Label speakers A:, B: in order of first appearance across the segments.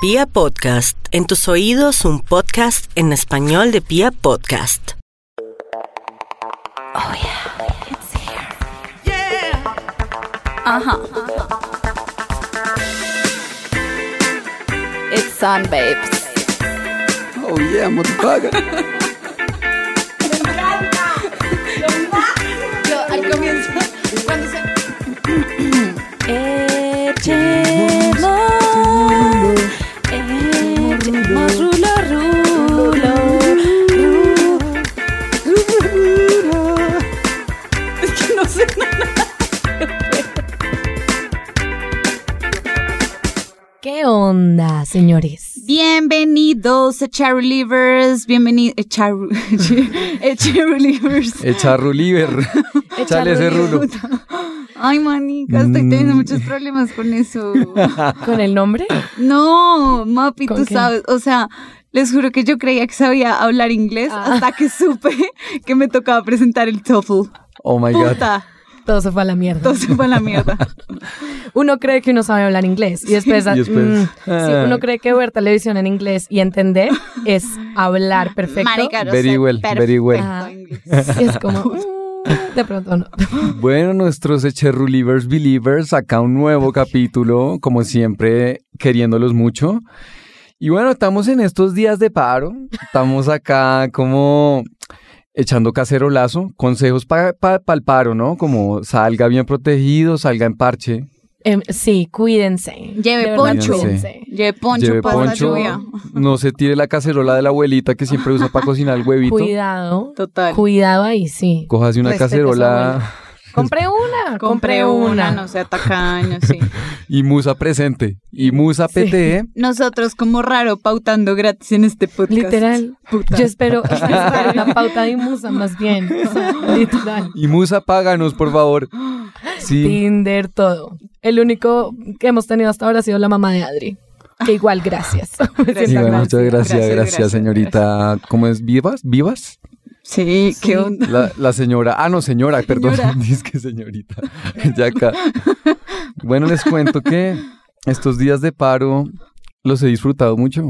A: Pia Podcast, en tus oídos un podcast en español de Pia Podcast.
B: Oh yeah, it's here. Yeah. Uh huh. It's Sun Babes.
C: Oh yeah, motherfucker.
B: Yo al comienzo, cuando se. Echemos. Echemos rulo, rulo. ru- Es que no sé nada.
D: ¿Qué onda, señores?
B: Bienvenidos a Cherry Livers. Bienvenidos a eh, Cherry Livers.
C: El charro liver. Échale ese rulo.
B: Ay, manica, estoy teniendo muchos problemas con eso.
D: ¿Con el nombre?
B: No, Mapi,
D: ¿Con
B: tú
D: qué?
B: sabes, o sea, les juro que yo creía que sabía hablar inglés hasta que supe que me tocaba presentar el TOEFL.
C: Oh my god.
B: Puta,
D: Todo se fue a la mierda.
B: todo se fue a la mierda.
D: Uno cree que uno sabe hablar inglés y después...
C: Y después,
D: mm,
C: ah.
D: si uno cree que ver televisión en inglés y entender es hablar perfecto.
B: Marica, no
C: Very
B: sé
C: well,
B: perfecto
C: very well.
D: Ajá.
B: inglés.
D: Y es como... mm, de pronto no.
C: Bueno, nuestros Echerrulivers Believers, acá un nuevo capítulo, como siempre, queriéndolos mucho. Y bueno, estamos en estos días de paro, estamos acá como echando casero lazo, consejos para el paro, ¿no? Como salga bien protegido, salga en parche.
D: Em, sí, cuídense.
B: Lleve
D: De verdad,
B: poncho.
D: cuídense.
B: Lleve poncho
C: Lleve
B: para
C: poncho,
B: la lluvia.
C: no se tire la cacerola de la abuelita que siempre usa para cocinar el huevito.
D: Cuidado.
B: Total.
D: Cuidado ahí, sí.
C: Cójase una
D: Respete a su
C: cacerola.
D: abuela. Compré una.
B: Compré una, no sea tacaño, sí.
C: Y Musa presente. Y Musa ¿eh?
D: Sí.
C: PTE.
B: Nosotros como raro pautando gratis en este podcast.
D: Literal.
B: Puta.
D: Yo espero, espero una pauta de musa más bien. Literal.
C: Y Musa, páganos, por favor. Sí.
D: Tinder, todo. El único que hemos tenido hasta ahora ha sido la mamá de Adri. Que igual, gracias. Me
B: Gracias.
C: Sí,
D: siento
C: bueno,
D: mal.
C: muchas gracias,
B: Gracias,
C: gracias,
B: gracias.
C: señorita. ¿Cómo es? ¿Vivas? ¿Vivas?
B: Sí, qué onda.
C: La, la señora. Ah, no, señora, perdón.
B: Señora.
C: Dice que señorita. ya acá. Bueno, les cuento que estos días de paro los he disfrutado mucho.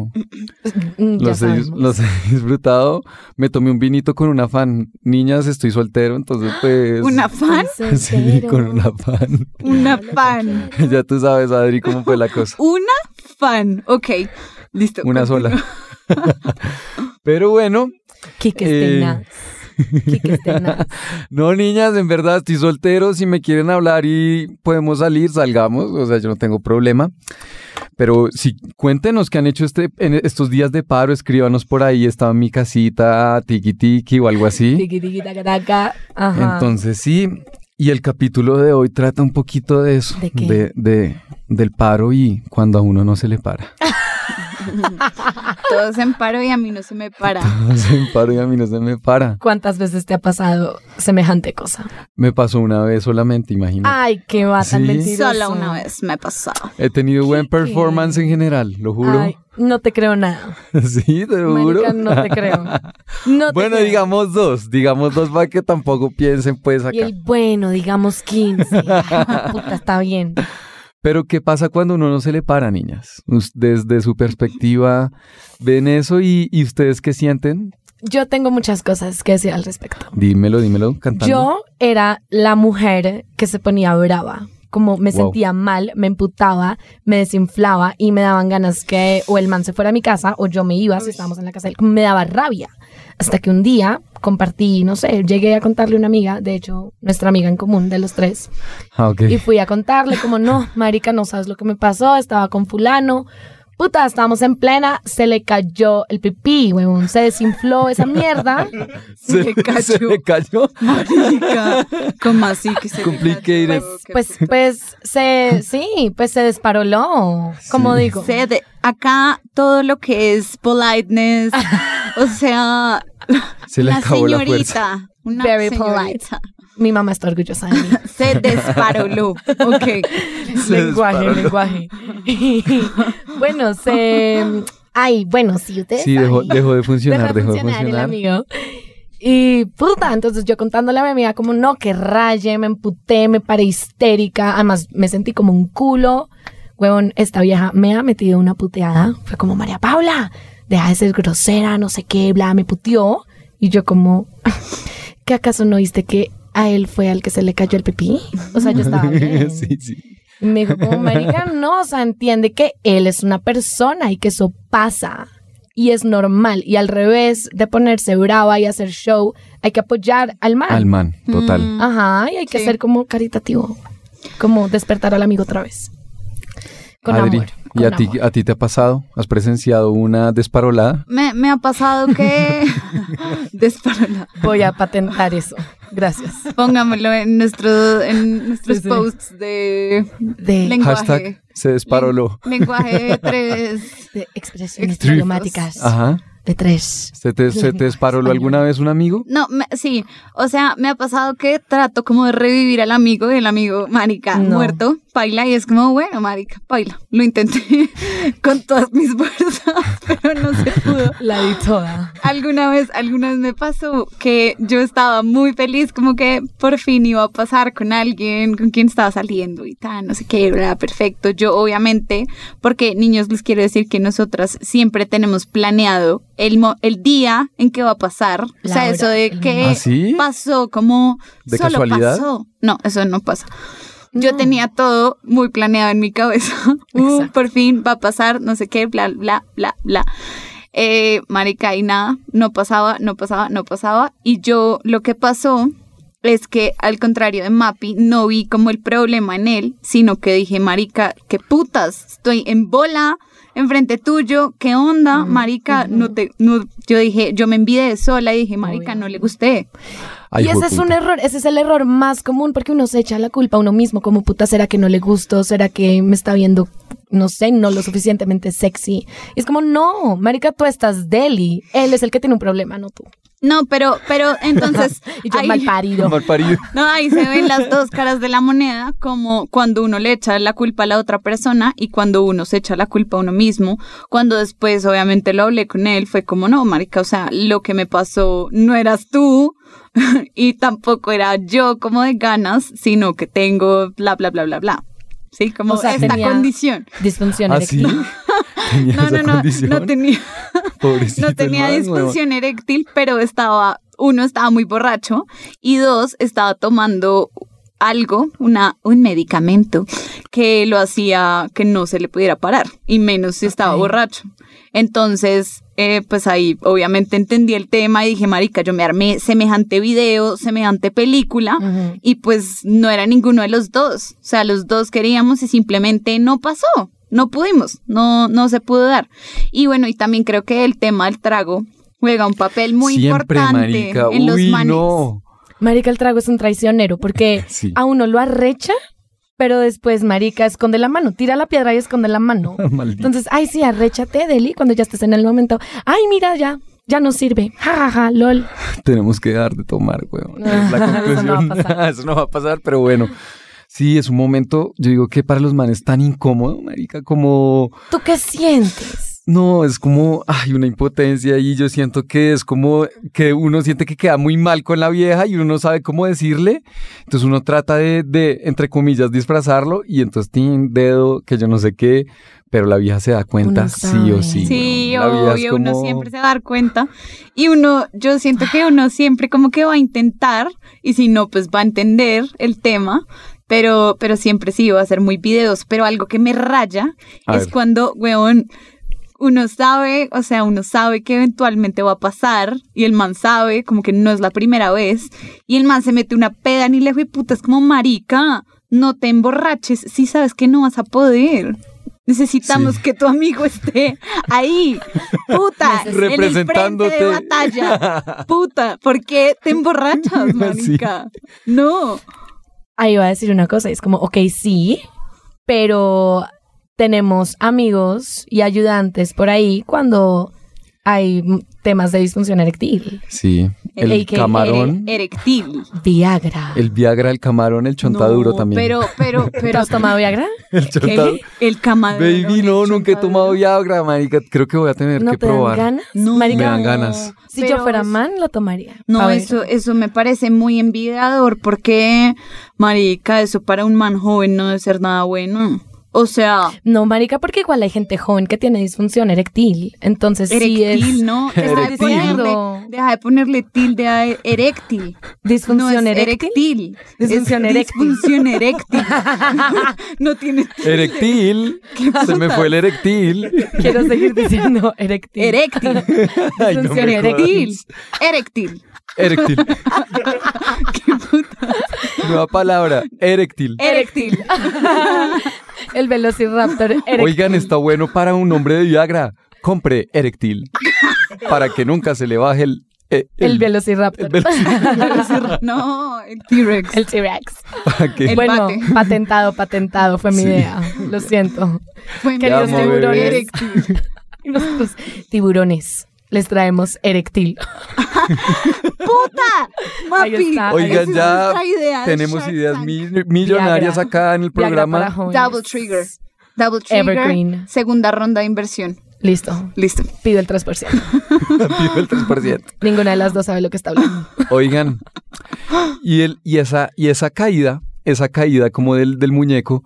D: Mm, ya
C: Los he, dis-
D: sabemos.
C: los he disfrutado. Me tomé un vinito con una fan. Niñas, estoy soltero, entonces pues.
B: ¿Una fan?
C: Sí, con una fan.
B: Una fan.
C: ya tú sabes, Adri, cómo fue la cosa.
B: Una fan. Ok, listo.
C: Una sola. Pero bueno,
D: Quique
C: Eh.
D: Esteinaz. Quique Esteinaz.
C: no niñas, en verdad estoy soltero, si me quieren hablar y podemos salir, salgamos, o sea, yo no tengo problema. Pero si cuéntenos qué han hecho este, en estos días de paro, escríbanos por ahí, estaba mi casita, tiki tiki o algo así.
D: Tiqui, tiqui, taca, taca. Ajá.
C: Entonces sí, y el capítulo de hoy trata un poquito de eso,
D: ¿De qué?
C: de- de- del paro y cuando a uno no se le para.
B: Todos en paro y a mí no se me para.
C: Se me paro y a mí no se me para.
D: ¿Cuántas veces te ha pasado semejante cosa?
C: Me pasó una vez solamente, imagínate.
D: Ay, qué va tan
C: Sí.
D: mentiroso.
B: Solo una vez me ha pasado.
C: He tenido buen performance en general, lo juro.
D: Ay, no te creo nada.
C: sí, te lo juro.
D: Marica, no te creo. No te
C: bueno,
D: creo.
C: digamos dos, digamos dos para que tampoco piensen pues acá.
D: Y el bueno, digamos 15. Ah, Puta, está bien.
C: Pero ¿qué pasa cuando uno no se le para, niñas? Us- Desde su perspectiva, ven eso y, y ustedes qué sienten?
D: Yo tengo muchas cosas que decir al respecto.
C: Dímelo, dímelo, cantando.
D: Yo era la mujer que se ponía brava. Como me
C: Wow.
D: sentía mal, me emputaba, me desinflaba y me daban ganas que o el man se fuera a mi casa o yo me iba si estábamos en la casa de él. Como Me daba rabia. Hasta que un día compartí, no sé, llegué a contarle a una amiga, de hecho, nuestra amiga en común de los tres,
C: Ah, ok.
D: y fui a contarle como, no, marica, no sabes lo que me pasó, estaba con fulano. Puta, estábamos en plena, se le cayó el pipí, huevón, se desinfló esa mierda.
B: Se le
C: se
B: cayó.
C: le cayó.
B: Marica. ¿Cómo así que se le
C: Complicated.
B: cayó?
C: Pues-
B: Qué
D: Pues,
B: puta.
D: pues, se, sí, pues se desparoló, como
C: Sí.
D: digo.
B: pues, Sé de- acá todo lo que es politeness, o sea,
C: Se le
B: una
C: acabó la fuerza.
B: señorita, una
D: Very polite.
B: señorita
D: Mi mamá está orgullosa de mí.
B: se desparoló, ok,
C: Se
D: lenguaje,
C: desparoló.
D: lenguaje. bueno, se... Ay, bueno, sí, ustedes
C: Sí, dejó,
D: saben.
C: dejó de funcionar, dejó de
D: funcionar el
C: funcionar.
D: amigo. Y puta, entonces yo contándole a mi amiga como no, que raye, me emputé, me paré histérica, además me sentí como un culo. Huevón, esta vieja me ha metido una puteada. Fue como, María Paula, deja de ser grosera, no sé qué, bla, me puteó. Y yo como, ¿qué acaso no viste que a él fue al que se le cayó el pipí? O sea, yo estaba bien.
C: sí, sí.
D: Y Me dijo, como marica, no, o sea, entiende que él es una persona y que eso pasa. Y es normal. Y al revés de ponerse brava y hacer show, hay que apoyar al mal.
C: Al man, total.
B: Mm.
D: Ajá, y hay que
B: Sí.
D: ser como caritativo. Como despertar al amigo otra vez. Con
C: Adri,
D: amor.
C: ¿y
D: con
C: a ti,
D: amor.
C: a ti te ha pasado? ¿Has presenciado una desparolada?
B: Me, me ha pasado que... Desparolada.
D: Voy a patentar eso. Gracias.
B: Póngamelo en, nuestro, en nuestros
D: Sí, sí.
B: posts de
D: De,
B: Lenguaje.
C: Hashtag se desparoló.
B: len- lenguaje 3.
D: de expresiones
B: Extreme.
D: idiomáticas.
C: Ajá.
D: De tres.
C: ¿Se te, se te desparoló alguna vez un amigo?
B: No, me- sí, o sea, me ha pasado que trato como de revivir al amigo, el amigo marica
D: No.
B: muerto, paila, y es como, bueno, marica, paila, lo intenté con todas mis fuerzas, pero no se pudo.
D: La di toda.
B: Alguna vez, alguna vez me pasó que yo estaba muy feliz, como que por fin iba a pasar con alguien con quien estaba saliendo y tal, no sé qué, era perfecto. Yo obviamente, porque niños les quiero decir que nosotras siempre tenemos planeado el, mo- el día en que va a pasar. o
D: La
B: sea,
D: hora,
B: eso de
D: el
B: que
C: momento. ¿Ah, sí?
B: pasó, como
C: ¿De
B: solo
C: casualidad?
B: pasó. No, eso no pasa. Yo
D: No.
B: tenía todo muy planeado en mi cabeza. Uh,
D: Exacto.
B: por fin va a pasar, no sé qué, bla, bla, bla, bla. Eh, marica, y nada, no pasaba, no pasaba, no pasaba. Y yo lo que pasó es que al contrario de Mapi, no vi como el problema en él, sino que dije, marica, qué putas, estoy en bola, enfrente tuyo, qué onda, marica, no te, no, yo dije, yo me envidié sola y dije, marica, no le gusté.
C: Ay,
D: y ese es un
C: jueputa.
D: error, ese es el error más común porque uno se echa la culpa a uno mismo, como puta, ¿será que no le gusto? ¿Será que me está viendo, no sé, no lo suficientemente sexy? Y es como, no, marica, tú estás deli, él es el que tiene un problema, no tú.
B: No, pero, pero entonces,
D: Y yo
B: ahí-
D: mal parido.
C: Mal parido.
B: No, ahí se ven las dos caras de la moneda, como cuando uno le echa la culpa a la otra persona y cuando uno se echa la culpa a uno mismo. Cuando después, obviamente, lo hablé con él, fue como, no, marica, o sea, lo que me pasó no eras tú y tampoco era yo como de ganas, sino que tengo bla, bla, bla, bla, bla. Sí, como
D: O sea,
B: esta
D: tenía-
B: condición.
D: Disfunción
C: ¿Ah, sí?
D: eréctil.
C: Tenía
B: No,
C: esa
B: no, no,
C: condición.
B: no tenía...
C: Pobrecito
B: No tenía
C: el man, huevón.
B: disfunción eréctil, pero estaba, uno estaba muy borracho y dos, estaba tomando algo, una, un medicamento que lo hacía que no se le pudiera parar, y menos si estaba
D: Ok.
B: borracho. Entonces, eh, pues ahí obviamente entendí el tema y dije, marica, yo me armé semejante video, semejante película,
D: Ujú.
B: y pues no era ninguno de los dos. O sea, los dos queríamos y simplemente no pasó. No pudimos, no, no se pudo dar. Y bueno, y también creo que el tema del trago juega un papel muy
C: Siempre,
B: importante
C: marica.
B: en los
C: Uy,
B: manes.
C: no.
D: Marica, el trago es un traicionero porque
C: Sí.
D: a uno lo arrecha, pero después, marica, esconde la mano, tira la piedra y esconde la mano.
C: Maldito.
D: Entonces, ay, sí, arréchate, Deli, cuando ya estés en el momento. Ay, mira, ya, ya no sirve. Ja, ja, ja, lol.
C: Tenemos que dejar de tomar, weón.
D: Ah,
C: Es la
D: eso no
C: conclusión.
D: va a pasar.
C: Eso no va a pasar, pero bueno. Sí, es un momento, yo digo que para los manes tan incómodo, marica, como...
D: ¿Tú qué sientes?
C: No, es como, hay una impotencia y yo siento que es como que uno siente que queda muy mal con la vieja y uno no sabe cómo decirle. Entonces uno trata de, de, entre comillas, disfrazarlo y entonces tin, dedo, que yo no sé qué, pero la vieja se da cuenta
D: Uno
C: sí o
D: sabe.
C: sí.
B: Sí,
C: weón. La vieja es
B: obvio, uno
C: como-
B: siempre se va a dar cuenta. Y uno, yo siento que uno siempre como que va a intentar, y si no, pues va a entender el tema. Pero, pero siempre sí va a hacer muy videos. Pero algo que me raya
C: A
B: es
C: ver.
B: cuando, weón, uno sabe, o sea, uno sabe que eventualmente va a pasar, y el man sabe, como que no es la primera vez, y el man se mete una peda ni le fue puta, es como marica, no te emborraches, si sabes que no vas a poder. Necesitamos
C: Sí.
B: que tu amigo esté ahí, puta, en el frente
C: Representándote.
B: de batalla, puta, ¿por qué te emborrachas, marica? No.
D: Ahí va a decir una cosa, y es como, ok, sí, pero tenemos amigos y ayudantes por ahí cuando hay mm, temas de disfunción eréctil.
C: Sí, el
D: AKA,
C: camarón,
B: Ere- erectil.
D: Viagra.
C: el Viagra, el camarón, el chontaduro
B: No,
C: también.
B: Pero, pero,
D: ¿Tú
B: pero,
D: has tomado Viagra?
C: el chontaduro.
B: el camarón.
C: Baby,
B: el
C: no, nunca he tomado
B: chontaduro.
C: Viagra, marica. Creo que voy a tener
D: ¿No
C: que
D: te dan
C: probar.
D: ganas?
B: No.
D: Marica,
C: Me dan ganas.
D: si
B: Pero
D: yo fuera
B: es-
D: man, lo tomaría. A
B: No,
D: ver.
B: eso, eso me parece muy envidiador porque, marica, eso para un man joven no debe ser nada bueno. O sea,
D: No, marica, porque igual hay gente joven que tiene disfunción eréctil. Entonces sí
B: eréctil,
D: es
B: ¿no? Deja de,
D: Eréctil.
B: ponerle, deja de ponerle tilde a e- eréctil. No es
D: disfunción
B: eréctil.
D: eréctil.
B: es
D: Disfunción eréctil.
B: disfunción eréctil. no tiene
C: Erectil. Se me fue el erectil.
D: Quiero seguir diciendo eréctil.
B: eréctil.
C: Ay, no
D: Disfunción
C: me jodas.
B: Eréctil. Eréctil.
C: Erectil.
B: Qué puta.
C: Nueva palabra. Erectil.
B: Eréctil.
D: El velociraptor eréctil.
C: Oigan, está bueno para un hombre de Viagra. Compre Erectil. Para que nunca se le baje el. eh,
D: el,
C: el- el
D: velociraptor.
C: velocidad.
B: No, el T-Rex.
D: El T-Rex.
C: Para que-
B: El
D: Bueno,
B: bate.
D: patentado, patentado fue mi
C: Sí.
D: idea. Lo siento.
B: Bueno,
D: Queridos
C: amo, bebé.
D: tiburones.
B: Eréctil.
D: Y nosotros, tiburones, les traemos eréctil.
B: ¡Puta!
D: Ahí
B: Mapi.
D: está.
C: Oigan,
B: esa es
C: ya
B: nuestra idea de
C: tenemos
B: Shark
C: ideas
B: Tank.
C: mil- millonarias
D: Viagra.
C: acá en el
D: Viagra para
C: programa.
D: jóvenes.
B: Double trigger. Double trigger.
D: Evergreen.
B: Segunda ronda de inversión.
D: Listo.
B: Listo.
D: Pido el 3%.
C: Pido el 3%.
D: Ninguna de las dos sabe lo que está hablando.
C: Oigan, y, el, y, esa, y esa caída, esa caída como del, del muñeco,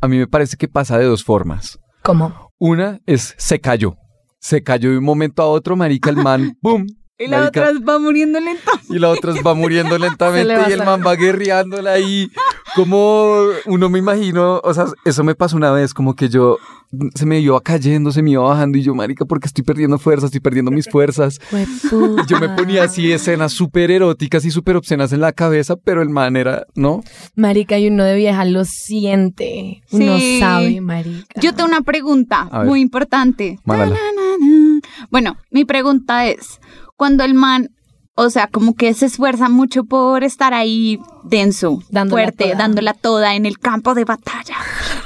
C: a mí me parece que pasa de dos formas.
D: ¿Cómo?
C: Una es se cayó. Se cayó de un momento a otro, marica, el man, ¡boom!
B: Y la
C: Marica,
B: otra va muriendo lenta.
C: y la otra es- va muriendo lentamente
D: Se le va
C: y el
D: a
C: man va guerreándola ahí. Como uno me imagino, o sea, eso me pasó una vez, como que yo se me iba cayendo, se me iba bajando y yo, marica, porque estoy perdiendo fuerzas, estoy perdiendo mis fuerzas. Y Yo me ponía así escenas súper eróticas y súper obscenas en la cabeza, pero el man era, ¿no?
D: Marica, y uno de vieja lo siente. Uno
B: Sí.
D: sabe, marica.
B: Yo tengo una pregunta
C: A ver.
B: muy importante.
C: Mándala.
B: Na-na-na. Bueno, mi pregunta es, cuando el man, o sea, como que se esfuerza mucho por estar ahí denso,
D: Dándola
B: fuerte,
D: toda.
B: dándola toda en el campo de batalla.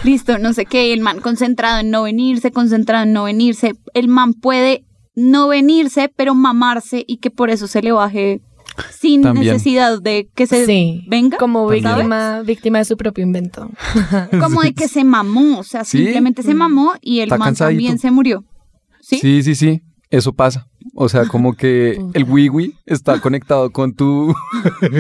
B: Listo, no sé qué, el man concentrado en no venirse, concentrado en no venirse, el man puede no venirse, pero mamarse y que por eso se le baje sin
C: También.
B: necesidad de que se
D: sí.
B: venga.
D: Como
C: También.
D: víctima, víctima de su propio invento.
B: como de que se mamó, o sea,
C: Sí.
B: simplemente se mamó y el
C: Está
B: man
C: cansadito.
B: también se murió. ¿Sí?
C: Sí, sí, sí. Eso pasa. O sea, como que el wiwi está conectado con tu,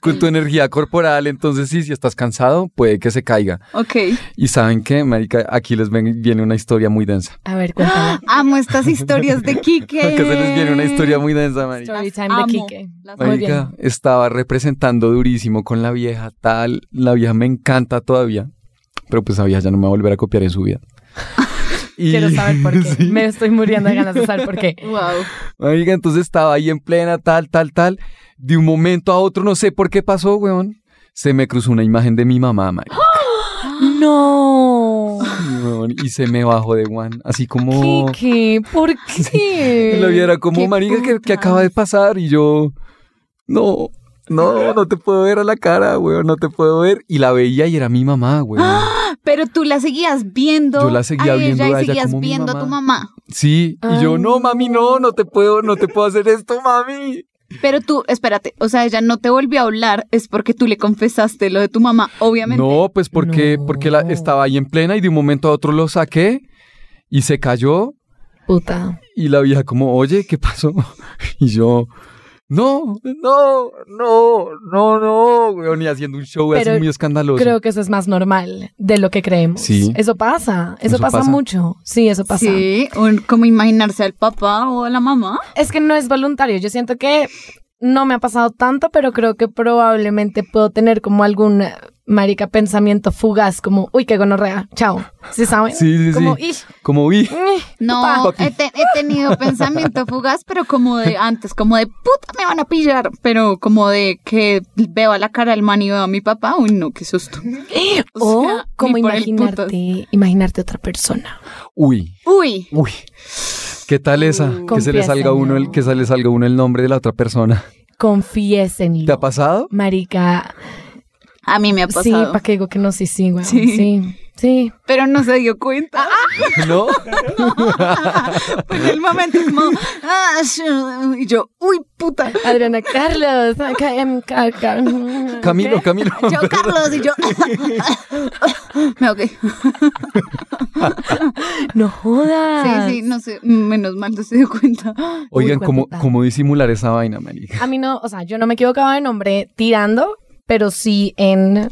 C: con tu energía corporal. Entonces, sí, si estás cansado, puede que se caiga.
B: Ok.
C: Y saben qué, Marica, aquí les ven- viene una historia muy densa.
D: A ver, cuéntala.
B: Amo estas historias de Quique.
C: Acá se les viene una historia muy densa, Marica.
D: Story
B: Las
D: time de
B: amo.
D: Quique.
B: Las
D: Muy bien.
C: Marica estaba representando durísimo con la vieja, tal. La vieja me encanta todavía. Pero pues la vieja ya no me va a volver a copiar en su vida. Y-
D: Quiero saber por qué.
C: Sí.
D: Me estoy muriendo de ganas de saber por qué.
B: Wow.
C: Oiga, entonces estaba ahí en plena, tal, tal, tal. De un momento a otro, no sé por qué pasó, weón. Se me cruzó una imagen de mi mamá, marica,
D: No.
C: weón, y se me bajó de Juan, así como...
D: Quique, ¿por qué?
C: Y la viera como,
B: qué
C: marica, que,
B: putas.
C: acaba de pasar. Y yo, no, no, no te puedo ver a la cara, weón, no te puedo ver. Y la veía y era mi mamá, weón.
B: Pero tú la seguías viendo.
C: Yo la seguía
B: a
C: viendo a
B: ella
C: ella
B: y seguías
C: como mi
B: viendo a tu mamá.
C: Sí, y yo,
D: Ay.
C: no, mami, no, no te puedo, no te puedo hacer esto, mami.
B: Pero tú, espérate, o sea, ella no te volvió a hablar, es porque tú le confesaste lo de tu mamá, obviamente.
C: No, pues porque,
D: No.
C: porque la, estaba ahí en plena y de un momento a otro lo saqué y se cayó
D: Puta.
C: y la vieja como, oye, ¿qué pasó? Y yo, no, no, no, no, no, weón, y haciendo un show
D: Pero
C: así muy escandaloso.
D: Creo que eso es más normal de lo que creemos.
C: Sí.
D: Eso pasa. Eso,
C: Eso
D: pasa,
C: pasa.
D: mucho. Sí, eso pasa.
B: Sí, o como imaginarse al papá o a la mamá.
D: Es que no es voluntario. Yo siento que no me ha pasado tanto, pero creo que probablemente puedo tener como algún eh, marica pensamiento fugaz, como, uy, qué gonorrea. Chao. ¿Sí saben?
C: Sí, sí, sí.
D: Como, "Ish,
C: Como vi,
D: eh,
B: No,
C: Papi.
B: he, te- he tenido pensamiento fugaz, pero como de antes, como de puta me van a pillar, pero como de que veo a la cara del man y veo a mi papá, uy no, qué susto.
D: O,
B: sea,
D: como
B: ni por el puto.
D: imaginarte, imaginarte otra persona.
C: uy,
B: Uy,
C: uy. ¿Qué tal esa?
D: Mm,
C: que se le salga uno el,
D: confiésalo.
C: que se le salga uno el nombre de la otra persona.
D: Confiésenlo.
C: ¿Te ha pasado?
D: Marica,
B: a mí me ha
D: sí,
B: pasado,
D: ¿para qué digo que no? Sí, sí, güey.
B: Sí.
D: Sí. sí,
B: pero no se dio cuenta.
D: Ah.
C: ¿No?
B: Fue en el momento como, ah, sh- y yo, uy puta.
D: Adriana Carlos. acá, em, ca- ca-
C: Camilo, Camilo.
B: Yo, Carlos, y yo. Me ahogué.
D: No jodas.
B: Sí, sí, no sé. Menos mal no se dio cuenta.
C: Oigan,
D: Uy,
C: ¿cómo,
D: hueputa.
C: ¿cómo disimular esa vaina, marica?
D: A mí no, o sea, yo no me equivocaba de nombre tirando, pero sí en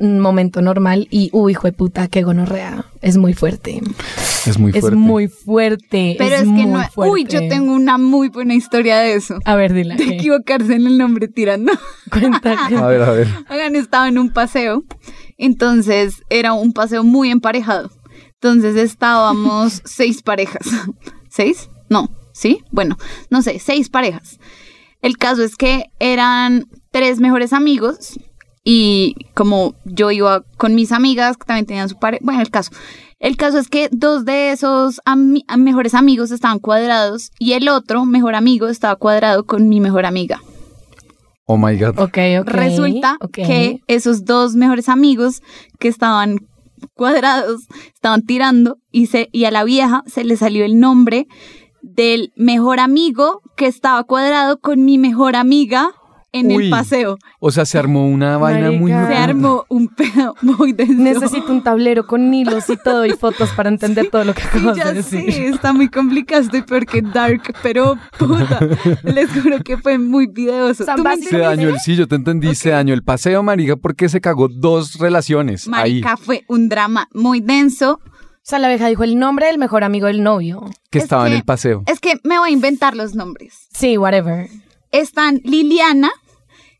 D: momento normal y, uy, hijo de puta, qué gonorrea. Es muy fuerte.
C: Es muy fuerte.
D: Es muy fuerte.
B: Pero es, que
D: muy
B: no.
D: fuerte. Ah,
B: Uy, yo tengo una muy buena historia de eso.
D: A ver, dila.
B: De
D: ¿qué?
B: equivocarse en el nombre tirando.
D: Cuenta.
C: A ver, a ver.
B: Hagan estado en un paseo, entonces era un paseo muy emparejado. Entonces estábamos seis parejas. ¿Seis? No, ¿sí? Bueno, no sé, seis parejas. El caso es que eran tres mejores amigos y como yo iba con mis amigas que también tenían su pareja, bueno, el caso. El caso es que dos de esos ami- mejores amigos estaban cuadrados y el otro mejor amigo estaba cuadrado con mi mejor amiga.
C: Oh my God.
D: Ok, ok.
B: Resulta
D: ok.
B: que esos dos mejores amigos que estaban cuadrados, estaban tirando y, se, y a la vieja se le salió el nombre del mejor amigo que estaba cuadrado con mi mejor amiga en
C: Uy.
B: el paseo.
C: O sea, se armó una vaina muy.
D: Marica.
B: Se armó un pedo muy denso.
D: Ah. Necesito un tablero con hilos y todo y fotos para entender todo lo que
B: Sí,
D: acabas
B: ya
D: de decir.
B: sé, está muy complicado, estoy peor que Dark, pero puta, les juro que fue muy videoso.
D: O sea,
B: ¿Tú me
D: básicamente-
C: Se dañó el sí, yo te entendí, se dañó el paseo, marica, porque se cagó dos relaciones ahí
B: Marica, fue un drama muy denso.
D: O sea, la abeja dijo el nombre del mejor amigo del novio.
C: que
B: es
C: estaba en
B: que-
C: el paseo.
B: Es que me voy a inventar los nombres.
D: Sí, whatever.
B: están Liliana,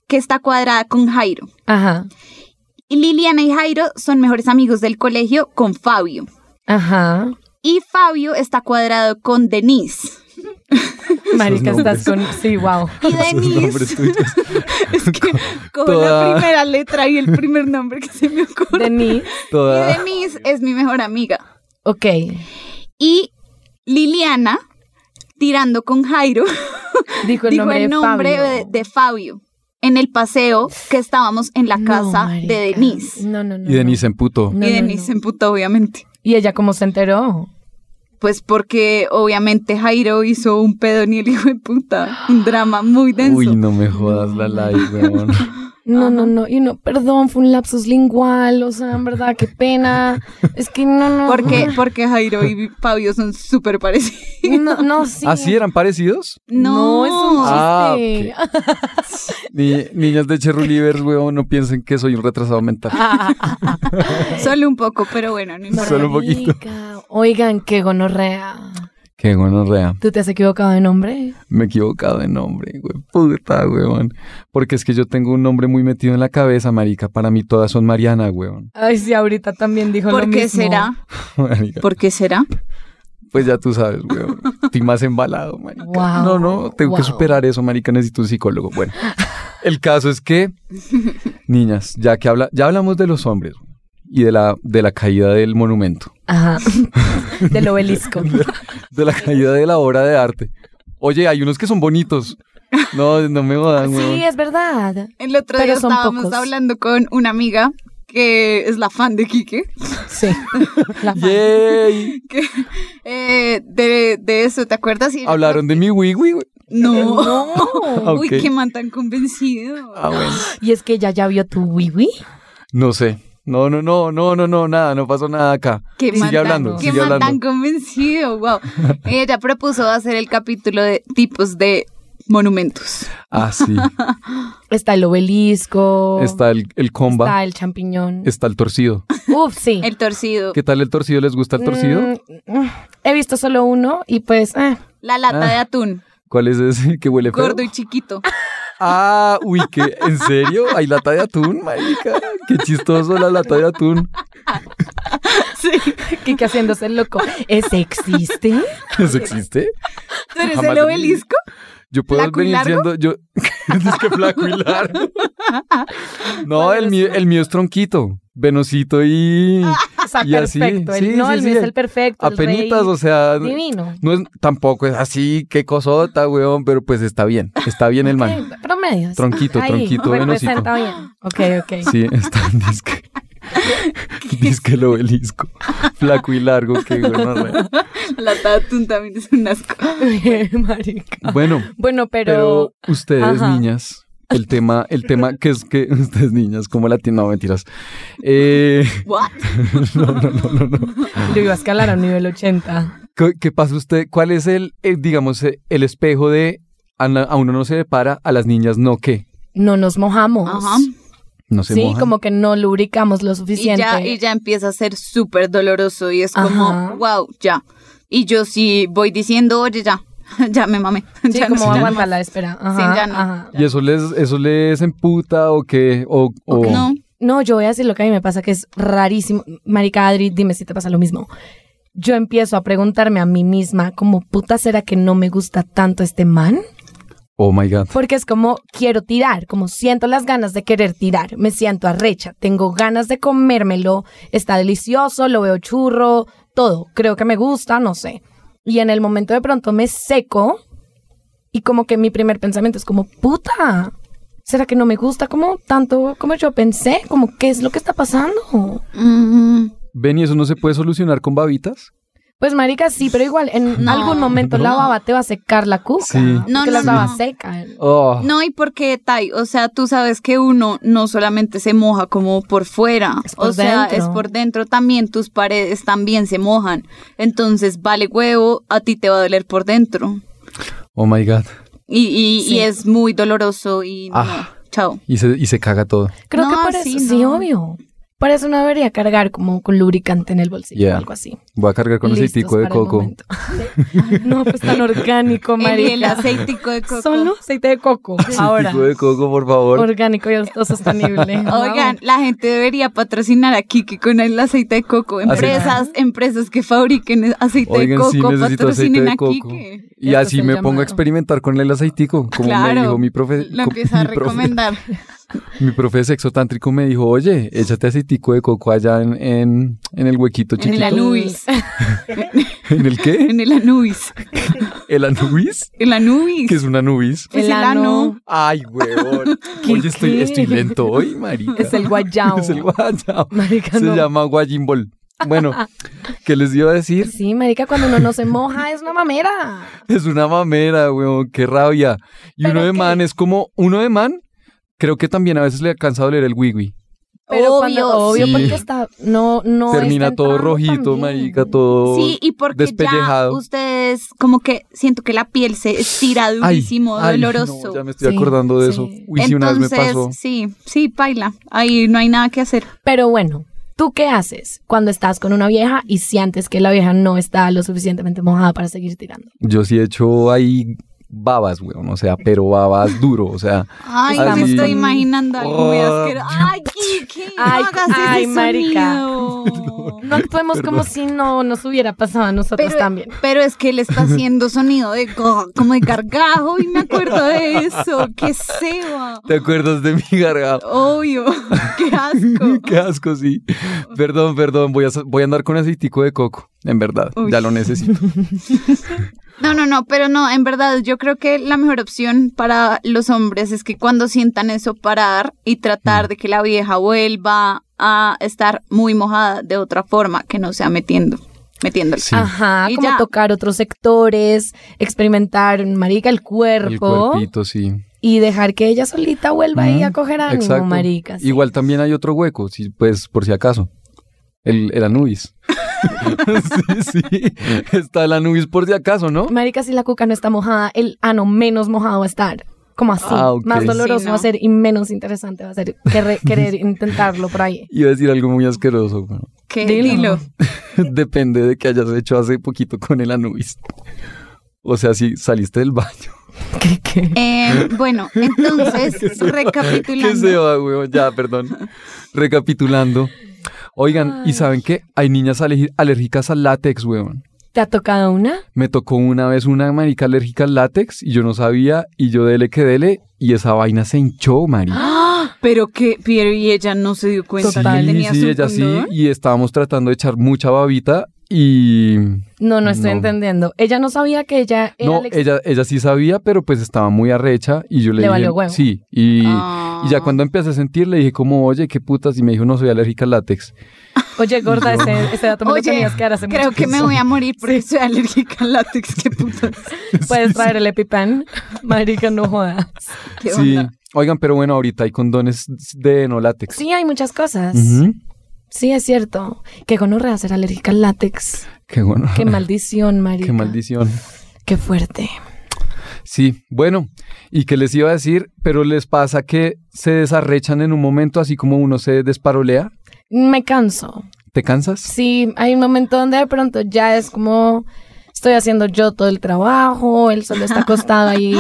B: que está cuadrada con Jairo.
D: Ajá.
B: Y Liliana y Jairo son mejores amigos del colegio con Fabio.
D: Ajá.
B: Y Fabio está cuadrado con Denise.
D: Marica,
C: nombres.
D: estás con. Sí, wow.
B: Y
C: Esos nombres
B: Denise,
C: tuyos.
B: es que cojo
C: Toda-
B: la primera letra y el primer nombre que se me ocurre.
D: Denis.
B: Y
C: Toda.
B: Denise es mi mejor amiga.
D: Ok.
B: Y Liliana, tirando con Jairo,
D: Dijo el
B: dijo
D: nombre,
B: el nombre
D: de,
B: de,
D: Fabio.
B: de Fabio en el paseo que estábamos en la
D: No,
B: casa
D: marica.
B: de Denise.
D: No, no, no.
C: Y Denise en puto.
D: No,
B: y
D: no,
B: Denise
D: no.
B: se emputó, obviamente.
D: ¿Y ella cómo se enteró?
B: Pues porque obviamente Jairo hizo un pedo ni el hijo de puta. Un drama muy denso.
C: Uy, no me jodas la live, weón.
D: No, no, no. Y no, perdón, fue un lapsus lingual. O sea, en verdad, qué pena. Es que no, no.
B: Porque, porque Jairo y Fabio son súper parecidos.
D: No, no, sí.
C: ¿Así eran parecidos?
B: No,
D: No, es un chiste.
C: Ah, Ni, niñas de Cherulivers, weón, no piensen que soy un retrasado mental.
B: Ah.
D: Ah.
B: solo un poco, pero bueno, no importa.
C: Solo un poquito.
D: Marica, Oigan, qué gonorrea.
C: Qué gonorrea.
D: ¿Tú te has equivocado de nombre?
C: Me he equivocado de nombre, güey. Puta, weón. Porque es que yo tengo un nombre muy metido en la cabeza, marica. Para mí todas son Mariana, weón.
D: Ay, sí, ahorita también dijo lo
B: ¿Por qué
D: mismo.
B: será?
C: Marica.
B: ¿Por qué será?
C: Pues ya tú sabes, weón. Estoy más embalado, marica.
D: Wow,
C: no, no, tengo que
D: wow.
C: superar eso, marica. Necesito un psicólogo. Bueno, el caso es que, niñas, ya que habla, ya hablamos de los hombres y de la, de la caída del monumento,
D: Ajá. Del obelisco.
C: de la caída de la obra de arte. Oye, hay unos que son bonitos. No, no me jodan, weón.
D: sí, es verdad.
B: El otro
D: Pero
B: día
D: son
B: estábamos
D: pocos.
B: hablando con una amiga que es la fan de Quique.
D: Sí. La fan.
C: ¡Yay!
B: Que, eh, de, de eso, ¿te acuerdas? Y-
C: Hablaron de mi wiwi, güey.
B: No.
D: No.
B: Uy,
C: Ok.
B: qué man tan convencido.
C: Ah, bueno.
D: Y es que ella ya vio tu wiwi.
C: No sé. No, no, no, no, no, no, nada, no pasó nada acá.
B: Qué
C: sigue
B: man tan-
C: hablando,
B: qué
C: sigue
B: man
C: hablando.
B: tan convencido, wow. Ella propuso hacer el capítulo de tipos de monumentos.
C: Ah, sí.
D: Está el obelisco.
C: Está el, el comba,
D: Oh. está el champiñón.
C: está el torcido.
D: Uf, sí.
B: El torcido,
C: ¿Qué tal el torcido? ¿Les gusta el torcido?
D: Mm, mm, he visto solo uno y pues. eh.
B: la lata
C: Ah,
B: de atún,
C: ¿Cuál es ese que huele feo?
B: gordo y chiquito.
C: Ah, uy, ¿qué? ¿En serio? ¿Hay lata de atún, marica? Qué chistoso la lata de atún.
B: Sí,
D: Kike haciéndose el loco. ¿Ese existe?
C: ¿Eso existe?
B: tú eres
C: Jamás
B: el
C: lo vi.
B: obelisco.
C: Yo puedo
B: ¿Flaco y
C: venir
B: largo?
C: siendo... Yo... es que flaco y largo. No, el mío, el mío es tronquito, venosito y...
B: Ah,
D: O sea,
C: Y así,
D: perfecto. El-
C: sí,
D: no,
C: sí,
D: el
C: sí,
D: mío es
C: el-
D: el perfecto. el
C: Apenitas,
D: rey
C: o sea...
D: Divino.
C: No es, tampoco es así, qué cosota, weón, pero pues está bien, está bien el man.
D: Ok, Promedios.
C: Tronquito,
D: Ahí,
C: tronquito, venosito.
D: representa bien. Ok, ok.
C: Sí, está en disque. Disque el obelisco. Flaco y largo, qué gonorrea.
B: La lata de atún también es un asco.
D: Marica.
C: Bueno,
D: Bueno,
C: pero
D: pero,
C: ustedes,
D: ajá.
C: niñas, el tema, el tema que es que ustedes, niñas, como la no, mentiras. Eh,
B: What?
C: no, no, no, no, no.
D: yo iba a escalar a un nivel 80.
C: ¿Qué, qué pasa usted? ¿Cuál es el, el, digamos, eh, el espejo de a, na- a uno no se le para, a las niñas no qué?
D: No nos mojamos.
B: Ajá.
C: No se
D: sí,
C: mojan.
D: como que no lubricamos lo
B: Y
D: suficiente.
B: ya, y ya empieza a ser súper doloroso y es como,
D: Ajá.
B: wow, ya. Y yo sí voy diciendo, oye, ya, ya me mamé.
D: Sí,
B: ya no
D: como
B: sé.
D: aguantar la espera. Ajá,
B: Sí, ya no.
D: ajá.
C: ¿Y eso les, eso les emputa o qué? O, o-
B: No,
D: No, yo voy a decir lo que a mí me pasa, que es rarísimo. Marica Adri, dime si te pasa lo mismo. Yo empiezo a preguntarme a mí misma, como puta, ¿será que no me gusta tanto este man?
C: Oh my God.
D: Porque es como quiero tirar, como siento las ganas de querer tirar, me siento arrecha, tengo ganas de comérmelo, está delicioso, lo veo churro, todo, creo que me gusta, no sé. Y en el momento de pronto me seco y como que mi primer pensamiento es como, puta, ¿será que no me gusta como tanto como yo pensé? Como, ¿qué es lo que está pasando?
B: Mm,
C: Ven, ¿y eso no se puede solucionar con babitas?
D: Pues marica, sí, pero igual en
B: No.
D: algún momento la baba te va a secar la cuca,
C: Sí.
B: No,
D: porque
B: no,
D: las
B: no.
D: babas secan.
C: Oh,
B: no, y porque, Tai, o sea, tú sabes que uno no solamente se moja como por fuera,
D: Es por
B: o sea,
D: dentro.
B: es por dentro también, tus paredes también se mojan. Entonces, vale huevo, a ti te va a doler por dentro.
C: oh my God.
B: Y, y, y
D: Sí.
B: es muy doloroso y
C: Ah.
B: no, chao.
C: Y se, y se caga todo.
D: Creo que
B: No,
D: por eso,
B: sí,
D: sí,
B: no.
D: obvio. Por eso no debería cargar como con lubricante en el bolsillo
C: Yeah.
D: o algo así.
C: Voy a cargar con
D: Listos
C: ese tico de
D: para el
C: coco.
D: momento. Ay, no, pues tan orgánico,
B: El, el
D: marica.
B: aceitico de coco.
D: Solo aceite de coco. Ahora.
C: Tico de coco, por favor.
D: Orgánico y autosostenible.
B: Oigan, la gente debería patrocinar a Kiki con el aceite de coco. Empresas, empresas que fabriquen aceite
C: Oigan,
B: de coco,
C: sí, necesito aceite
B: patrocinen
C: de
B: a
C: coco.
B: Kike.
C: Y
D: Este
C: así
D: es el
C: me pongo
D: llamado.
C: a experimentar con el aceitico, como me
B: Claro,
C: dijo mi profe.
B: lo
C: co-
B: empieza a
C: mi profe-
B: recomendar.
C: Mi profe de sexo tántrico me dijo, oye, échate aceitico de coco allá en, en, en el huequito
B: En el
C: chiquito.
B: Anubis.
C: ¿En el qué?
B: En el Anubis.
C: ¿El anubis?
B: El Anubis.
C: ¿Qué es un anubis?
B: Pues
D: El
B: el ano.
D: ano
C: Ay, huevón.
D: ¿Qué,
C: Oye, estoy,
D: qué?
C: estoy lento hoy, marica.
D: es el guayao.
C: Es el guayao.
D: Marica,
C: Se
D: no.
C: llama guayimbol. Bueno, ¿qué les iba a decir?
D: Sí, marica, cuando uno no se moja es una mamera.
C: Es una mamera, weón, qué rabia. Y
D: Pero
C: uno de
D: que-
C: man es como, uno de man, creo que también a veces le alcanza a doler el wiwi.
D: Pero
B: Obvio,
D: cuando, obvio,
C: sí.
D: porque está, no, no.
C: Termina
D: está
C: todo
D: entrando
C: rojito,
D: también.
C: marica, todo
B: Sí, y porque ya
C: despellejado.
B: ustedes, como que siento que la piel se estira
C: Ay,
B: durísimo,
C: ay, no,
B: doloroso.
C: ya me estoy
D: Sí,
C: acordando de
D: sí.
C: eso. Uy, sí, una vez me
B: Entonces,
C: pasó.
B: sí, sí, paila. Ahí no hay nada que hacer.
D: Pero bueno, ¿tú qué haces cuando estás con una vieja y sientes que la vieja no está lo suficientemente mojada para seguir tirando?
C: Yo sí he hecho ahí babas, weón, o sea, pero babas duro, o sea,
B: Ay,
C: Así.
B: me estoy imaginando algo muy
C: Oh.
B: asqueroso. Ay, Kiki, no
D: Ay,
B: hagas
D: ay,
B: ese
D: marica.
B: sonido.
D: No actuemos como si no nos hubiera pasado a nosotros
B: Pero,
D: también.
B: pero es que él está haciendo sonido de go- como de gargajo y me acuerdo de eso. ¡Qué seba!
C: ¿te acuerdas de mi garganta?
B: Obvio, qué asco.
C: Qué asco, sí. Perdón, perdón, voy a, sa- voy a andar con aceitico de coco, en verdad,
B: Uy.
C: ya lo necesito.
B: No, no, no, pero no, en verdad, yo creo que la mejor opción para los hombres es que cuando sientan eso, parar y
C: Mm.
B: tratar de que la vieja vuelva a estar muy mojada de otra forma que no sea metiendo, metiéndole.
C: Sí.
D: Ajá,
B: Y
D: como
B: ya.
D: tocar otros sectores, experimentar, marica, el
C: Y El
D: cuerpo y,
C: cuerpito, sí.
D: dejar que ella solita vuelva ahí a coger ánimo,
C: Exacto.
D: marica. sí.
C: Igual también hay otro hueco, si- pues por si acaso. El, el Anubis. sí, sí. Está el Anubis por si acaso, ¿no?
D: Marica, si la cuca no está mojada, el ano menos mojado va a estar. Como así,
C: Ah, ok.
D: más doloroso
B: Sí, ¿no?
D: va a ser y menos interesante va a ser querer, querer intentarlo por ahí.
C: Iba a decir algo muy asqueroso. bueno.
B: ¿Qué?
D: Dilo.
B: Dilo.
C: Depende de que hayas hecho hace poquito con el Anubis. O sea, si saliste del baño.
D: ¿Qué, qué?
B: Eh, bueno, entonces,
C: Que se
B: recapitulando.
C: va, huevón, Ya, perdón. Recapitulando. Oigan, ¿y saben qué? Hay niñas ale- alérgicas al látex, weón.
D: ¿Te ha tocado una?
C: Me tocó una vez una marica alérgica al látex y yo no sabía y yo dele que dele y esa vaina se hinchó, marica.
B: Pero que Piero y ella no se dio cuenta
D: Ah, Total.
B: que tenías
C: sí,
B: un
C: ella sí
B: condón.
C: y estábamos tratando de echar mucha babita y
D: No, no estoy
C: No.
D: entendiendo. Ella no sabía que ella era
C: no, eh,
D: Alex-
C: ella ella sí sabía, pero pues estaba muy arrecha y yo le,
D: Le
C: dije,
D: valió huevo.
C: sí, y,
B: Ah.
C: y ya cuando empecé a sentir le dije como, "Oye, qué putas" y me dijo, "No soy alérgica al látex."
D: Oye, gorda, ese, ese dato me lo
B: Oye,
D: tenías que dar hace
B: creo
D: mucho
B: que me
D: tiempo.
B: voy a morir porque soy alérgica al látex. Qué putas.
D: Puedes traer el EpiPen. Marica, no jodas.
B: ¿Qué
C: sí.
B: onda?
C: Oigan, pero bueno, ahorita hay condones de no látex.
D: Sí, hay muchas cosas.
C: Ujú.
D: Sí, es cierto. Qué gonorrea ser alérgica al látex.
C: Qué bueno.
D: Qué maldición, marica.
C: Qué maldición.
D: Qué fuerte.
C: Sí, bueno, y que les iba a decir, pero les pasa que se desarrechan en un momento, así como uno se desparolea.
D: Me canso.
C: ¿Te cansas?
D: Sí, hay un momento donde de pronto ya es como estoy haciendo yo todo el trabajo, él solo está acostado ahí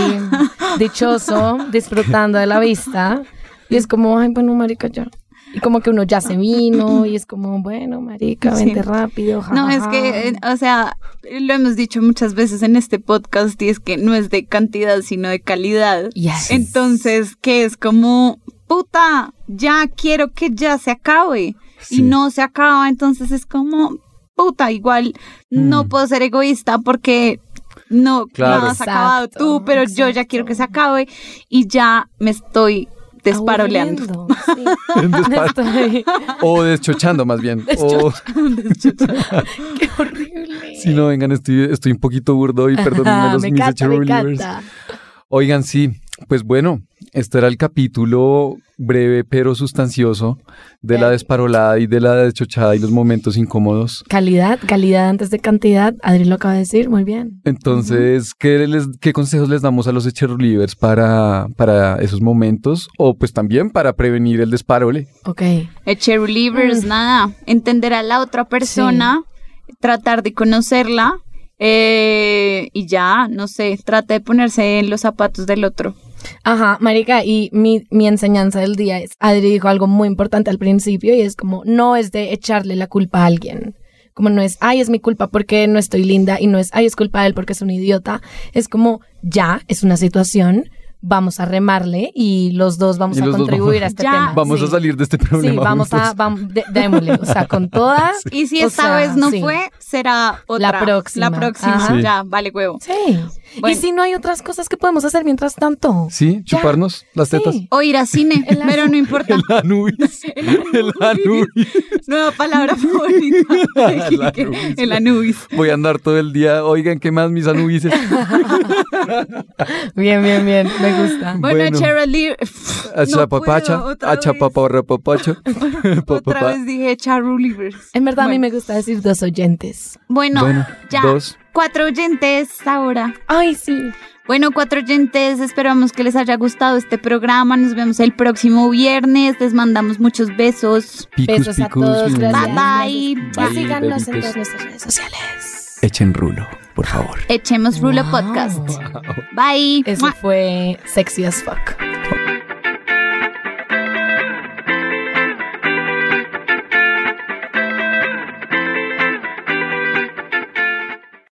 D: dichoso, disfrutando de la vista. Y es como, ay, bueno, marica, ya. Y como que uno ya se vino y es como, bueno, marica,
B: Sí.
D: vente rápido. ja,
B: No,
D: ja,
B: es que,
D: ja.
B: eh, o sea, lo hemos dicho muchas veces en este podcast y es que no es de cantidad, sino de calidad.
D: Yes.
B: Entonces, que es como, puta, ya quiero que ya se acabe.
C: Sí.
B: Y no se acaba, entonces es como, puta, igual no
C: Mm.
B: puedo ser egoísta porque no,
C: Claro.
B: no has acabado
D: Exacto,
B: tú, pero yo ya
D: exacto.
B: quiero que se acabe y ya me estoy desparoleando.
D: Aburriendo, sí. Me estoy-
C: O deschochando más bien. O,
D: Qué horrible.
C: si no, vengan, estoy, estoy un poquito burdo y
B: Ah,
C: perdónenme
D: Ajá,
C: los
D: me
C: mis
D: encanta, me
C: Cherulivers.
D: encanta.
C: Oigan, sí, pues bueno, este era el capítulo breve pero sustancioso de la
D: Eh.
C: desparolada y de la deschochada y los momentos incómodos.
D: Calidad, calidad antes de cantidad. Adri lo acaba de decir, muy bien.
C: Entonces, ¿qué, les- qué consejos les damos a los cheerleaders para, para esos momentos? O pues también para prevenir el desparole.
D: Ok.
B: Eche relievers, nada. Entender a la otra persona, tratar de conocerla eh, y ya, no sé, trata de ponerse en los zapatos del otro.
D: Ajá, Marica, y mi, mi enseñanza del día es, Adri dijo algo muy importante al principio y es como, no es de echarle la culpa a alguien. Como no es, ay, es mi culpa porque no estoy linda y no es, ay, es culpa de él porque es un idiota. Es como, ya, es una situación, vamos a remarle y los dos vamos
C: Y
D: a
C: los dos
D: contribuir
C: vamos-
D: a este
B: Ya.
D: tema.
C: Vamos
D: Sí.
C: a salir de este
D: Sí,
C: problema.
D: vamos a,
C: juntos.
D: vam- de- démosle, o sea, con toda.
B: Y si
D: o
B: esta
D: sea,
B: vez no
D: sí.
B: fue, será otra.
D: próxima.
B: La próxima,
D: Ajá.
C: Sí.
B: ya, vale huevo.
D: Sí.
B: Bueno.
D: Y si no hay otras cosas que podemos hacer mientras tanto.
C: Sí,
D: Ya.
C: chuparnos las tetas.
D: Sí.
B: O ir a cine,
D: El
B: pero no importa.
C: El Anubis. El Anubis.
B: Nueva palabra favorita. de
C: El
B: Quique,
C: Anubis.
B: El Anubis.
C: Voy a andar todo el día. Oigan, ¿qué más mis Anubises?
D: Bien, bien, bien. Me gusta.
B: Bueno,
C: Bueno.
B: Charlie.
C: A chapapacha. a chapapapapapacha.
B: Otra vez dije Charlie Rivers.
D: En verdad, a mí
B: Bueno.
D: me gusta decir dos oyentes.
B: Bueno,
C: Bueno,
B: ya.
C: dos.
B: Cuatro oyentes ahora.
D: Ay, sí.
B: Bueno, cuatro oyentes, esperamos que les haya gustado este programa. Nos vemos el próximo viernes. Les mandamos muchos besos.
C: Picus,
D: Besos a
C: picus.
D: todos.
C: mi
D: Gracias.
C: amor.
B: Bye,
D: Gracias.
C: bye,
D: Y
C: bebitos.
D: síganos en todas nuestras redes sociales.
C: Echen rulo, por favor.
B: Echemos Rulo
D: Wow.
B: Podcast. Bye.
D: Eso
B: Mua.
D: fue Sexy as Fuck.
C: Chao.